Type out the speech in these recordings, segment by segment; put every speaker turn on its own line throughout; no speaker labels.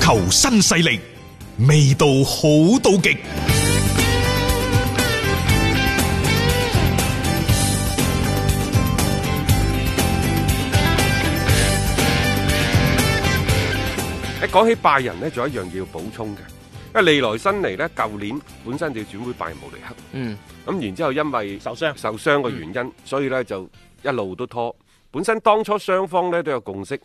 球新勢力，味道好到極。
一講起拜仁呢，仲有一樣嘢要補充嘅，因為利來新尼呢，舊年本身就要轉會拜仁慕尼黑，
嗯，
咁然之後因為
受傷嗯
受傷嘅原因，所以呢就一路都拖。本身當初雙方呢都有共識，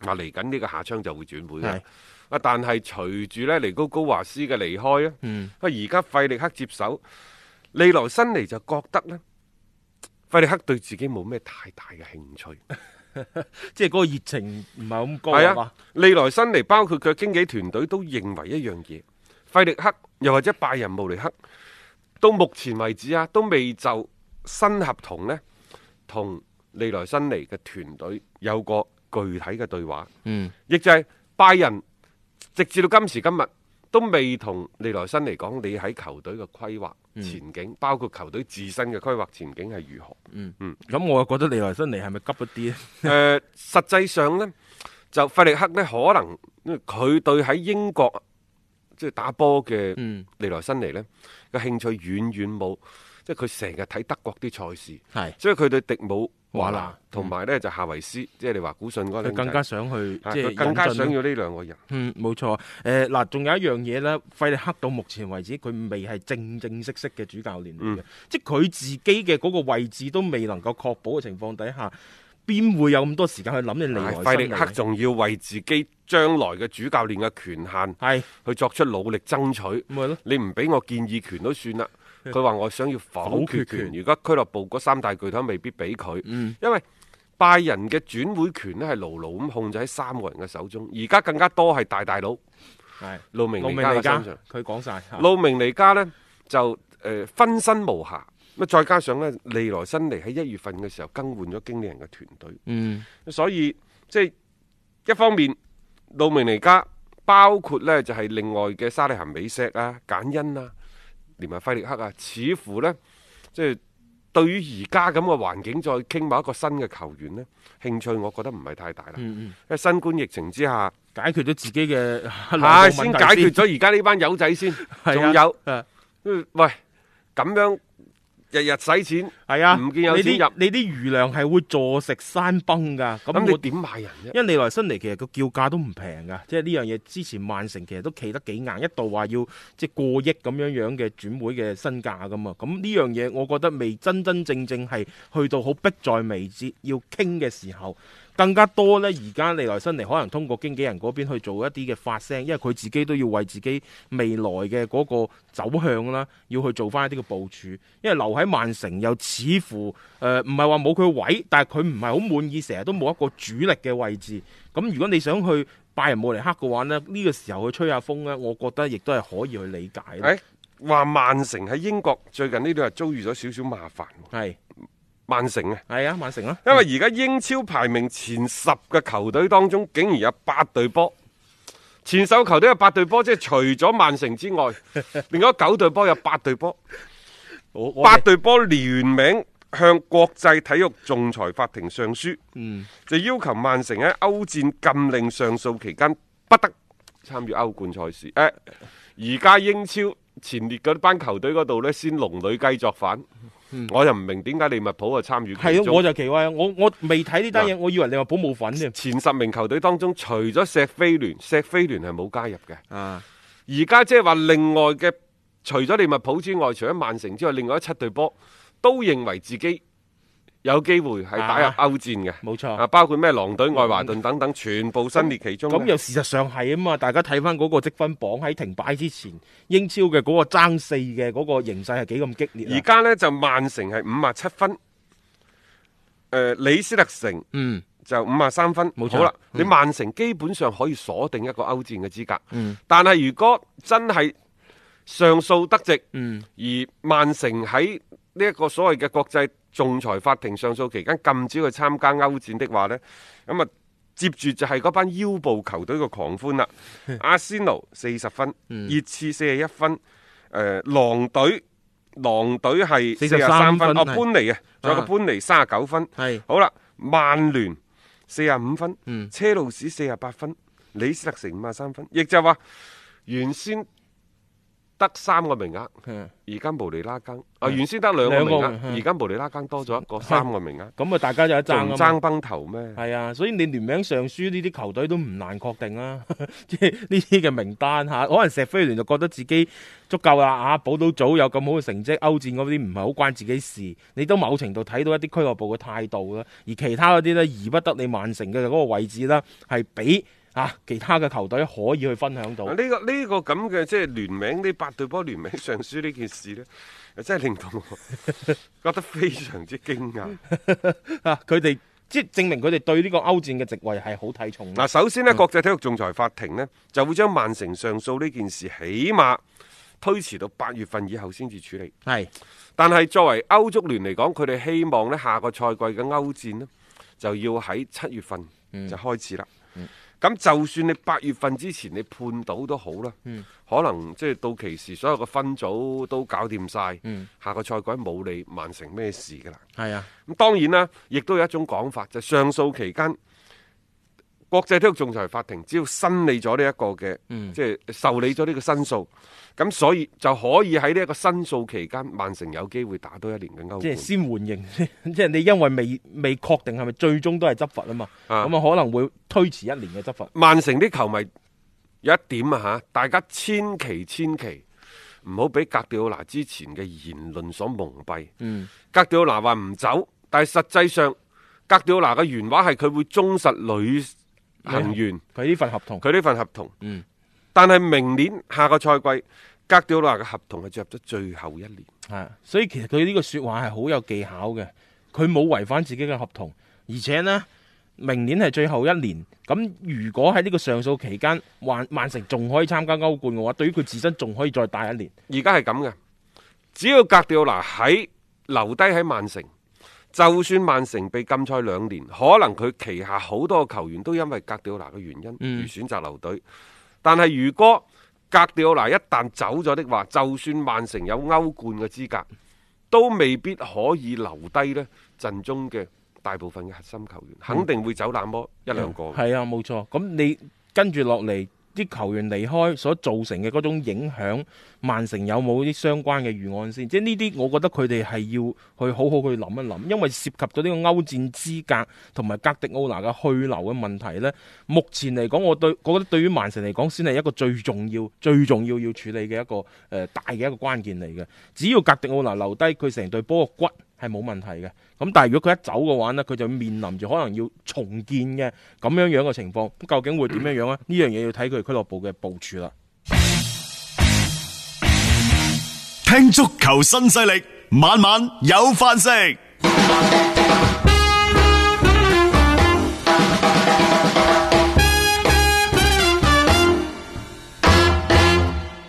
話嚟緊呢個夏窗就會轉會嘅
係。
啊，但係隨住呢尼高高華斯嘅離開咧，
嗯
啊而家費力克接手，利來新尼就覺得呢，費力克對自己冇咩太大嘅興趣。
即係嗰個熱情唔係咁高
係
係嘛
啊？，利來新尼包括佢經紀團隊都認為一樣嘢，費力克又或者拜仁慕尼克，到目前為止啊，都未就新合同呢，同利來新尼嘅團隊有個具體嘅對話，
嗯，
亦就係拜仁直至到今時今日都未同利來新尼講你喺球隊嘅規劃前景，
嗯
包括球隊自身嘅規劃前景係如何。
咁我又覺得利萊辛尼係咪急一啲咧？
誒、呃實際上呢，就費力克呢，可能因為佢對喺英國即係打波嘅
嗯
利來新尼呢嘅興趣遠遠冇，即係佢成日睇德國啲賽事，
嗯
係
所以佢對迪姆華
華
拿
納
同埋呢就夏維斯，即係你話古信嗰個
佢
僆
更
仔
加想去
啊
即係
佢更加
引進
想要呢兩個人。
嗯，冇錯。誒嗱，仲有一樣嘢咧，費力克到目前為止，佢未係正正式式嘅主教練
嗯
嚟嘅，即係佢自己嘅嗰個位置都未能夠確保嘅情況底下，邊會有咁多時間去諗你利
但
來
係費力克
新尼
仲要為自己將來嘅主教練嘅權限
係
去作出努力爭取。
咪咯？
你唔俾我建議權都算啦。佢話我想要否決
否
權，嗯
決權
而家俱樂部嗰三大巨頭未必俾佢，因為拜仁嘅轉會權呢係牢牢咁控制喺三個人嘅手中，而家更加多係大大佬
係
路明
路
尼
明
加啊
尼
嘅
加
身上。
佢講晒，
路明尼加呢就誒、呃分身無暇，咁再加上呢利來新尼喺一月份嘅時候更換咗經理人嘅團隊。
嗯，
所以即係一方面，魯明尼加包括呢就係、另外嘅沙利咸美石啊、簡恩啊，連埋費力克啊，似乎呢，即係對於而家咁嘅環境再傾某一個新嘅球員呢，興趣我覺得唔係太大啦。
嗯
因為新冠疫情之下，
解決咗自己嘅
啊
兩個
先
問題
解決咗而家呢班友仔先，
係啊
仲有
啊
喂咁樣日日使錢，
係啊，
唔見有
你
錢
啲
入
你啲餘糧係會坐食山崩㗎。
咁
咁
你
我
點買人啫？
因為利來新尼其實個叫價都唔平㗎，即係呢樣嘢之前曼城其實都企得幾硬，一度話要即係過億咁樣樣嘅轉會嘅身價㗎嘛。咁呢樣嘢我覺得未真真正正係去到好迫在眉睫要傾嘅時候，更加多呢。而家利來新尼可能通過經紀人嗰邊去做一啲嘅發聲，因為佢自己都要為自己未來嘅嗰個走向啦，要去做翻一啲嘅部署。因為留喺曼城又似乎誒唔係話冇佢位，但係佢唔係好滿意，成日都冇一個主力嘅位置。咁如果你想去拜仁慕尼黑嘅話呢，呢、個時候去吹下風呢，我覺得亦都係可以去理解咯。
誒話曼城喺英國最近呢度係遭遇咗少少麻煩喎，
係
曼城啊。
係啊，曼城啦，
因為而家英超排名前十嘅球隊當中，竟然有八隊波，前手球隊有八隊波，即係除咗曼城之外，另外九隊波有八隊波，
我我
八隊波聯名向國際體育仲裁法庭上書，
嗯
就要求曼城喺歐戰禁令上訴期間不得參與歐冠賽事。誒、呃而家英超前列嗰班球隊嗰度呢，先龍女雞作反，我又唔明點解利物浦啊參與其
嗯係
中
咯，我就奇怪啊，我我未睇呢單嘢，我以為利物浦冇份添。
前十名球隊當中，除咗石飛聯，石飛聯係冇加入嘅。
啊，
而家即係話另外嘅，除咗利物浦之外，除咗曼城之外，另外七隊波都認為自己有機會係打入
啊
歐戰嘅。
冇錯
啊，包括咩狼隊、愛華頓等等，全部身列其中嘅。
咁又事實上係啊嘛，大家睇翻嗰個積分榜喺停擺之前，英超嘅嗰個爭四嘅嗰個形勢係幾咁激烈
而
啊。
家呢，就曼城係五啊七分，誒、李斯特城
嗯，
就五啊三分，
冇錯嗯
好啦，你曼城基本上可以鎖定一個歐戰嘅資格。
嗯
但係如果真係上訴得直，
嗯
而曼城喺呢一個所謂嘅國際仲裁法庭上訴期間禁止佢參加歐戰的話呢，咁啊接住就係嗰班腰部球隊嘅狂 歡啦。阿仙奴四十分，
嗯
熱刺四十一分，誒、呃狼隊。狼隊係
43
十三分，哦，
分
搬
係
嚟嘅，仲有個搬
啊
嚟三十九分，
係嗯
好啦，曼聯四十五分，車路士四十八分，李斯特城五啊三分，亦就係話原先得三個名額，
嗯
而家無厘拉更啊，原先得兩個名
兩個
額，而家無厘拉更多咗一個三個名額，
咁啊，大家就一爭
仲
啊嘛
爭崩頭咩？
係啊，所以你聯名上書呢啲球隊都唔難確定啦， 即係呢啲嘅名單嚇，可能石飛聯就覺得自己足夠啦，啊保到組有咁好嘅成績，歐戰嗰啲唔係好關自己事，你都某程度睇到一啲俱樂部嘅態度啦，而其他嗰啲呢，而不得你曼城嘅嗰個位置啦，係俾啊其他嘅球隊可以去分享到
啊呢、。個呢、個咁嘅即係聯名呢八隊波聯名上書呢件事呢，真係令到我覺得非常之驚訝。
啊！佢哋即係證明佢哋對呢個歐戰嘅席位係好睇重
嗱，
啦。
首先呢，國際體育仲裁法庭呢，就會將曼城上訴呢件事，起碼推遲到八月份以後先至處理。
係
但係作為歐足聯嚟講，佢哋希望呢下個賽季嘅歐戰呢，就要喺七月份就開始啦。咁、就算你八月份之前你判到都好啦，可能即係到期時所有嘅分組都搞掂晒，下個賽季冇你曼城咩事㗎啦。
係啊，
咁當然啦，亦都有一種講法，就係上訴期間，國際體育仲裁法庭只要申理咗呢一個嘅，
嗯
即係受理咗呢個申訴，咁所以就可以喺呢一個申訴期間，曼城有機會打多一年嘅歐
即係
冠。
先緩刑， 即係你因為未未確定係咪最終都係執法啊嘛，咁
啊
啊可能會推遲一年嘅執法。
曼城啲球迷有一點啊嚇，大家千祈千祈唔好俾格調拿之前嘅言論所蒙蔽。
嗯，
格調拿話唔走，但係實際上格調拿嘅原話係佢會忠實履
啊
行完。
佢呢份合同
佢呢份合同。
嗯，
但係明年下個賽季，格調拿嘅合同係進入咗最後一年。
係啊，所以其實佢呢個説話係好有技巧嘅，佢冇違反自己嘅合同，而且呢。明年係最後一年，咁如果喺呢個上訴期間，曼曼城仲可以參加歐冠嘅話，對於佢自身仲可以再大一年。
而家係咁嘅，只要格調拿喺留低喺曼城，就算曼城被禁賽兩年，可能佢旗下好多個球員都因為格調拿嘅原因
嗯
而選擇留隊。但係如果格調拿一旦走咗的話，就算曼城有歐冠嘅資格，都未必可以留低呢陣中嘅大部分嘅核心球員，肯定會走那麼一兩個嘅。
係啊，冇錯。咁你跟住落嚟啲球員離開所造成嘅嗰種影響，曼城有冇啲相關嘅預案先？即係呢啲，我覺得佢哋係要去好好去諗一諗，因為涉及到呢個歐戰資格同埋格迪奧拿嘅去留嘅問題呢。目前嚟講，我對我覺得對於曼城嚟講，先係一個最重要、最重要要處理嘅一個誒、呃大嘅一個關鍵嚟嘅。只要格迪奧拿留低，佢成隊波嘅骨係冇問題嘅。咁但係如果佢一走嘅話呢，佢就面臨住可能要重建嘅咁樣樣嘅情況。咁究竟會點樣樣 呢？呢樣嘢要睇佢俱樂部嘅部署啦。
聽足球新勢力，晚晚有飯食。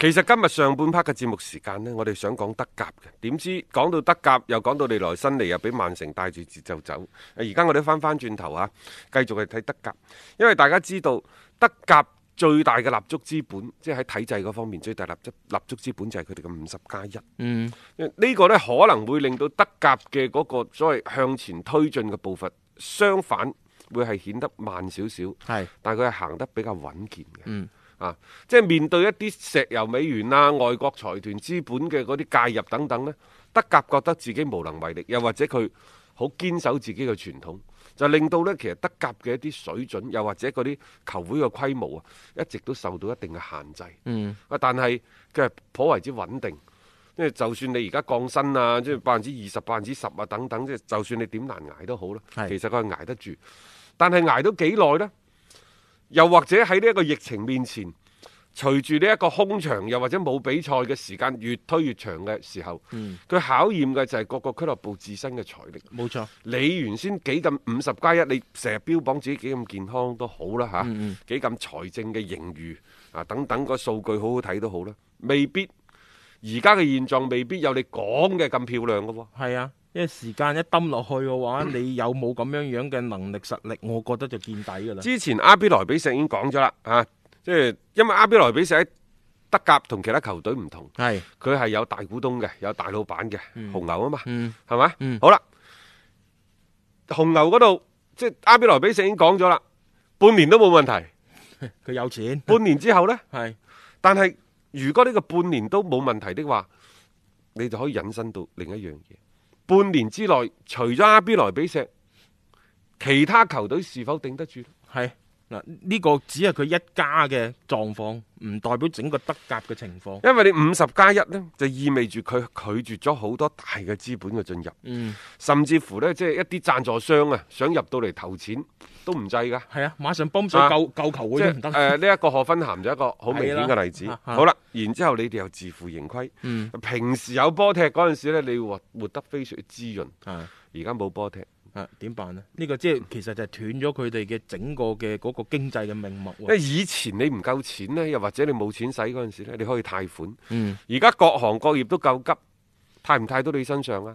其實今日上半 part 嘅節目時間呢，我哋想講德甲嘅，點知講到德甲又講到利來新尼又啊俾曼城帶住節奏走。而家我哋翻翻轉頭啊，繼續係睇德甲，因為大家知道德甲最大嘅立足資本，即係喺體制嗰方面最大立足立足資本就係佢哋嘅五十加一。
嗯，
呢個呢可能會令到德甲嘅嗰個所謂向前推進嘅步伐，相反會係顯得慢少少。
係
但係佢係行得比較穩健嘅。
嗯
啊，即係面對一啲石油美元啊、外國財團資本嘅嗰啲介入等等呢，德甲覺得自己無能為力，又或者佢好堅守自己嘅傳統，就令到呢其實德甲嘅一啲水準，又或者嗰啲球會嘅規模啊，一直都受到一定嘅限制。
嗯，
啊，但係佢係頗為之穩定。即係就算你而家降薪啊，即係百分之二十、百分之十啊等等，即係就算你點難捱都好啦，
係
其實佢係捱得住。但係捱到幾耐呢？又或者喺呢一個疫情面前，隨住呢一個空場又或者冇比賽嘅時間越推越長嘅時候，佢、考驗嘅就係各個俱樂部自身嘅財力。
冇錯。
你原先幾咁五十加一，你成日標榜自己幾咁健康都好啦嚇，幾咁財政嘅盈餘啊等等個數據好好睇都好啦，未必而家嘅現狀未必有你講嘅咁漂亮嘅喎。
係啊，因為時間一抌落去嘅話，你有冇咁樣樣嘅能力實力，我覺得就見底㗎啦。
之前阿比萊比錫已經講咗啦，啊，即係因為阿比萊比錫喺德甲同其他球隊唔同，
係，
佢係有大股東嘅，有大老闆嘅，紅牛啊嘛，
嗯
係嘛？
嗯
好啦，紅牛嗰度即係阿比萊比錫已經講咗啦，半年都冇問題，
佢有錢，
半年之後呢，
係
但係如果呢個半年都冇問題的話，你就可以引申到另一樣嘢。半年之內，除咗阿比萊比錫，其他球隊是否頂得住？
係嗱，呢個只係佢一家嘅狀況，唔代表整個德甲嘅情況。
因為你五十加一呢，就意味住佢拒絕咗好多大嘅資本嘅進入，
嗯，
甚至乎呢，即係一啲贊助商啊，想入到嚟投錢都唔制㗎。
係啊，呃馬上泵水
啊
救救球會
即
都
係
唔得。
誒呢一個賀芬咸就一個好明顯
係啦
嘅例子。
啊啊
好啦，然之後你哋又自負盈虧。
嗯
平時有波踢嗰陣時咧，你會活活得非常之滋潤。
係
而家冇波踢，
啊，點辦呢？呢、個即係其實就係斷咗佢哋嘅整個嘅嗰個經濟嘅命脈
因
喎。
為以前你唔夠錢呢，又或者你冇錢使嗰陣時咧，你可以貸款。
嗯，
而家各行各業都夠急，貸唔貸到你身上 啊？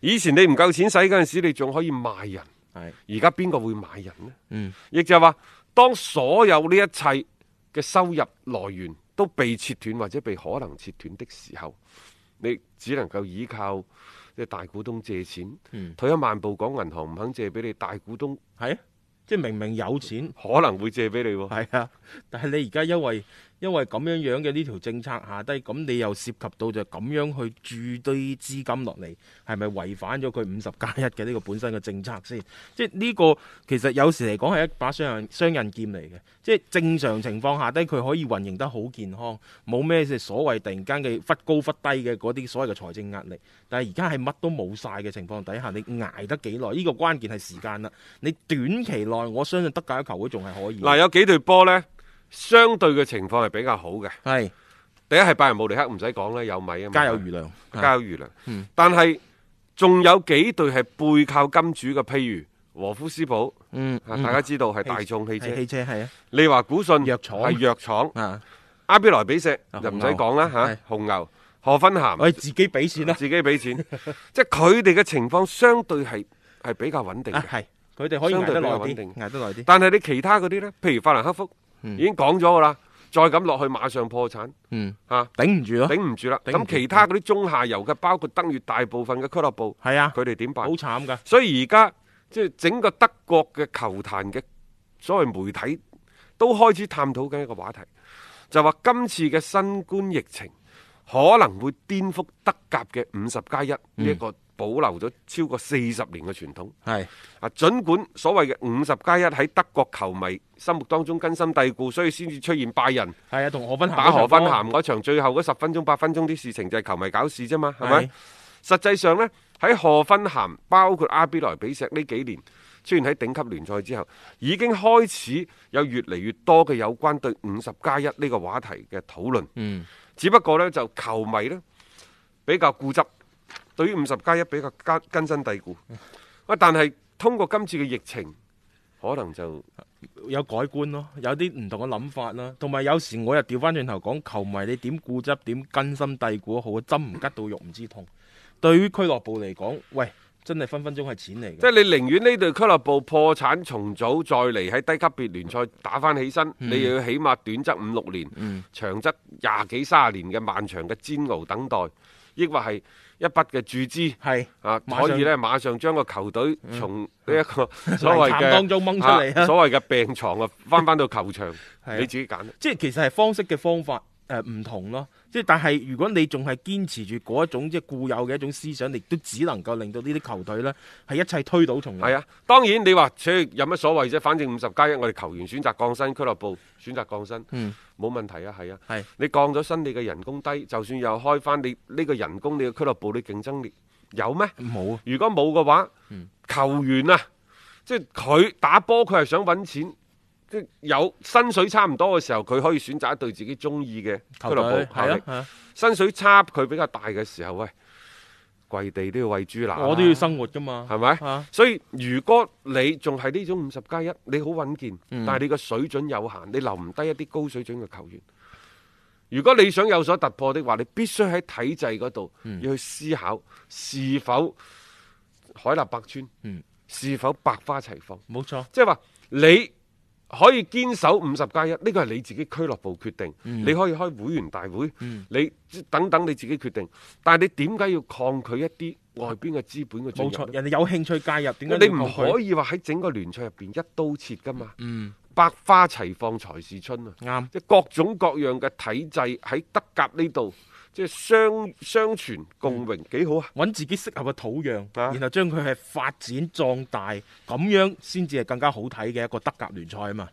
以前你唔夠錢使嗰陣時，你仲可以賣人。
係，
而家邊個會買人呢？
嗯，
亦就係話，當所有呢一切嘅收入來源都被切斷或者被可能切斷的時候，你只能夠依靠即係大股東借錢。
嗯
退一萬步講，銀行唔肯借俾你，大股東
係啊，即係明明有錢，
可能會借俾你喎。
係啊，但係你而家因為因為咁樣樣嘅呢條政策下低，咁你又涉及到就咁樣去注啲資金落嚟，係咪違反咗佢五十加一嘅呢個本身嘅政策先？即係呢個其實有時嚟講係一把雙刃雙刃劍嚟嘅。即係正常情況下低，佢可以運營得好健康，冇咩即係所謂突然間嘅忽高忽低嘅嗰啲所謂嘅財政壓力。但係而家係乜都冇晒嘅情況底下，你捱得幾耐？呢、個關鍵係時間啦。你短期內，我相信德甲嘅球會仲係可以。
嗱，有幾隊波呢，相對嘅情況係比較好嘅。
係
第一係拜仁慕尼黑，唔使講啦，有米啊嘛，
家有餘糧，
家有餘糧。
嗯
但係仲有幾隊係背靠金主嘅，譬如和夫斯堡，
嗯，
啊
嗯
大家知道係大眾汽
係
車。
汽車係啊，
利華古信
藥廠
係藥廠，
啊，
阿比萊比錫
啊
就
紅
唔使
牛
講啦
係哎
嚇，紅牛、何芬
我
咸
哋自己俾錢啦，
自己俾 錢，即係佢哋嘅情況相對係係比較穩定
啊
嘅。
係，佢哋可以捱
相對
得耐
比較穩
啲，
定
捱得耐啲，
但係你其他嗰啲呢，譬如法蘭克福
嗯
已經講咗噶啦，再咁落去馬上破產
嗯，
嚇，
頂唔住咯，
頂唔住啦。
頂唔住
咁其他嗰啲中下游嘅，包括登月大部分嘅俱樂部，
係啊，
佢哋點
好
辦？
慘㗎，
所以而家即係整個德國嘅球壇嘅所謂媒體都開始探討緊一個話題，就話今次嘅新冠疫情可能會顛覆德甲嘅五十加一呢
嗯
一個保留咗超過四十年嘅傳統。
係
啊，儘管所謂嘅五十加一喺德國球迷心目當中根深蒂固，所以先至出現拜仁
係啊，同何芬咸
打何芬咸
嗰場
嗰場最後嗰十分鐘八分鐘啲事情就係球迷搞事啫嘛，係
係
咪？實際上呢，喺何芬咸包括阿比萊比錫呢幾年出現喺頂級聯賽之後，已經開始有越嚟越多嘅有關對五十加一呢個話題嘅討論。
嗯，
只不過呢，就球迷呢比較固執，對於五十加一比較根根深蒂固。喂，但係通過今次嘅疫情，可能就
波有改觀咯，有啲唔同嘅諗法啦，同埋有時我又調翻轉頭講，球迷你點固執點根深蒂固都好，針唔吉到肉唔知痛。對於俱樂部嚟講，喂，真係分分鐘係錢嚟
即
嘅，
係你寧願呢隊俱樂部破產重組，再嚟喺低級別聯賽打翻起身，
嗯
你又要起碼短則五六年，長則廿幾三十年嘅漫長嘅煎熬等待，抑或係一筆嘅注資。
係
啊，
馬上嗯
可以呢，馬上將個球隊從呢一 個所謂
泥潭
嘅
當中掹出嚟啊
所謂嘅病床啊，翻翻到球 場，
啊
你自己揀啦。
即係其實係方式嘅方法誒唔、同咯。即係但係如果你仲係堅持住嗰一種即係固有嘅一種思想，亦都只能夠令到呢啲球隊呢係一切推倒重來。
係啊，
啊，
當然你話，切有乜所謂啫？反正五十加一，我哋球員選擇降薪，俱樂部選擇降薪，
嗯
冇問題啊，係啊。
係
你降咗薪，你嘅人工低，就算又開翻你呢個人工，你嘅俱樂部你競爭力有咩？
冇啊，
如果冇嘅話，
嗯
球員啊，即係佢打波，佢係想揾錢。即係有薪水差唔多嘅時候，佢可以選擇一隊自己中意嘅俱
球
樂
隊
部效
係啊
力。
係啊，
薪水差佢比較大嘅時候，喂，跪地都要喂豬乸，
我都要生活㗎嘛，
啊係咪？
啊？
所以如果你仲係呢種五十加一，你好穩健，
嗯
但係你個水準有限，你留唔低一啲高水準嘅球員。如果你想有所突破的話，你必須喺體制嗰度
嗯
要去思考是否海納百川，
嗯
是否百花齊放。
冇錯，
即係話你可以堅守五十加一，呢個係你自己俱樂部決定，
嗯
你可以開會員大會，你等等你自己決定。但係你點解要抗拒一啲外邊嘅資本嘅進
冇
入
錯，
呢？
人哋有興趣介入，點
你
解要
唔
抗拒
可以話喺整個聯賽入邊一刀切噶嘛？
嗯
百花齊放才是春啊！
啱，
即係各種各樣嘅體制喺德甲呢度，即係相相傳共榮，幾好啊！
揾自己適合嘅土壤，
啊
然後將佢係發展壯大，咁樣先至係更加好睇嘅一個德甲聯賽啊嘛。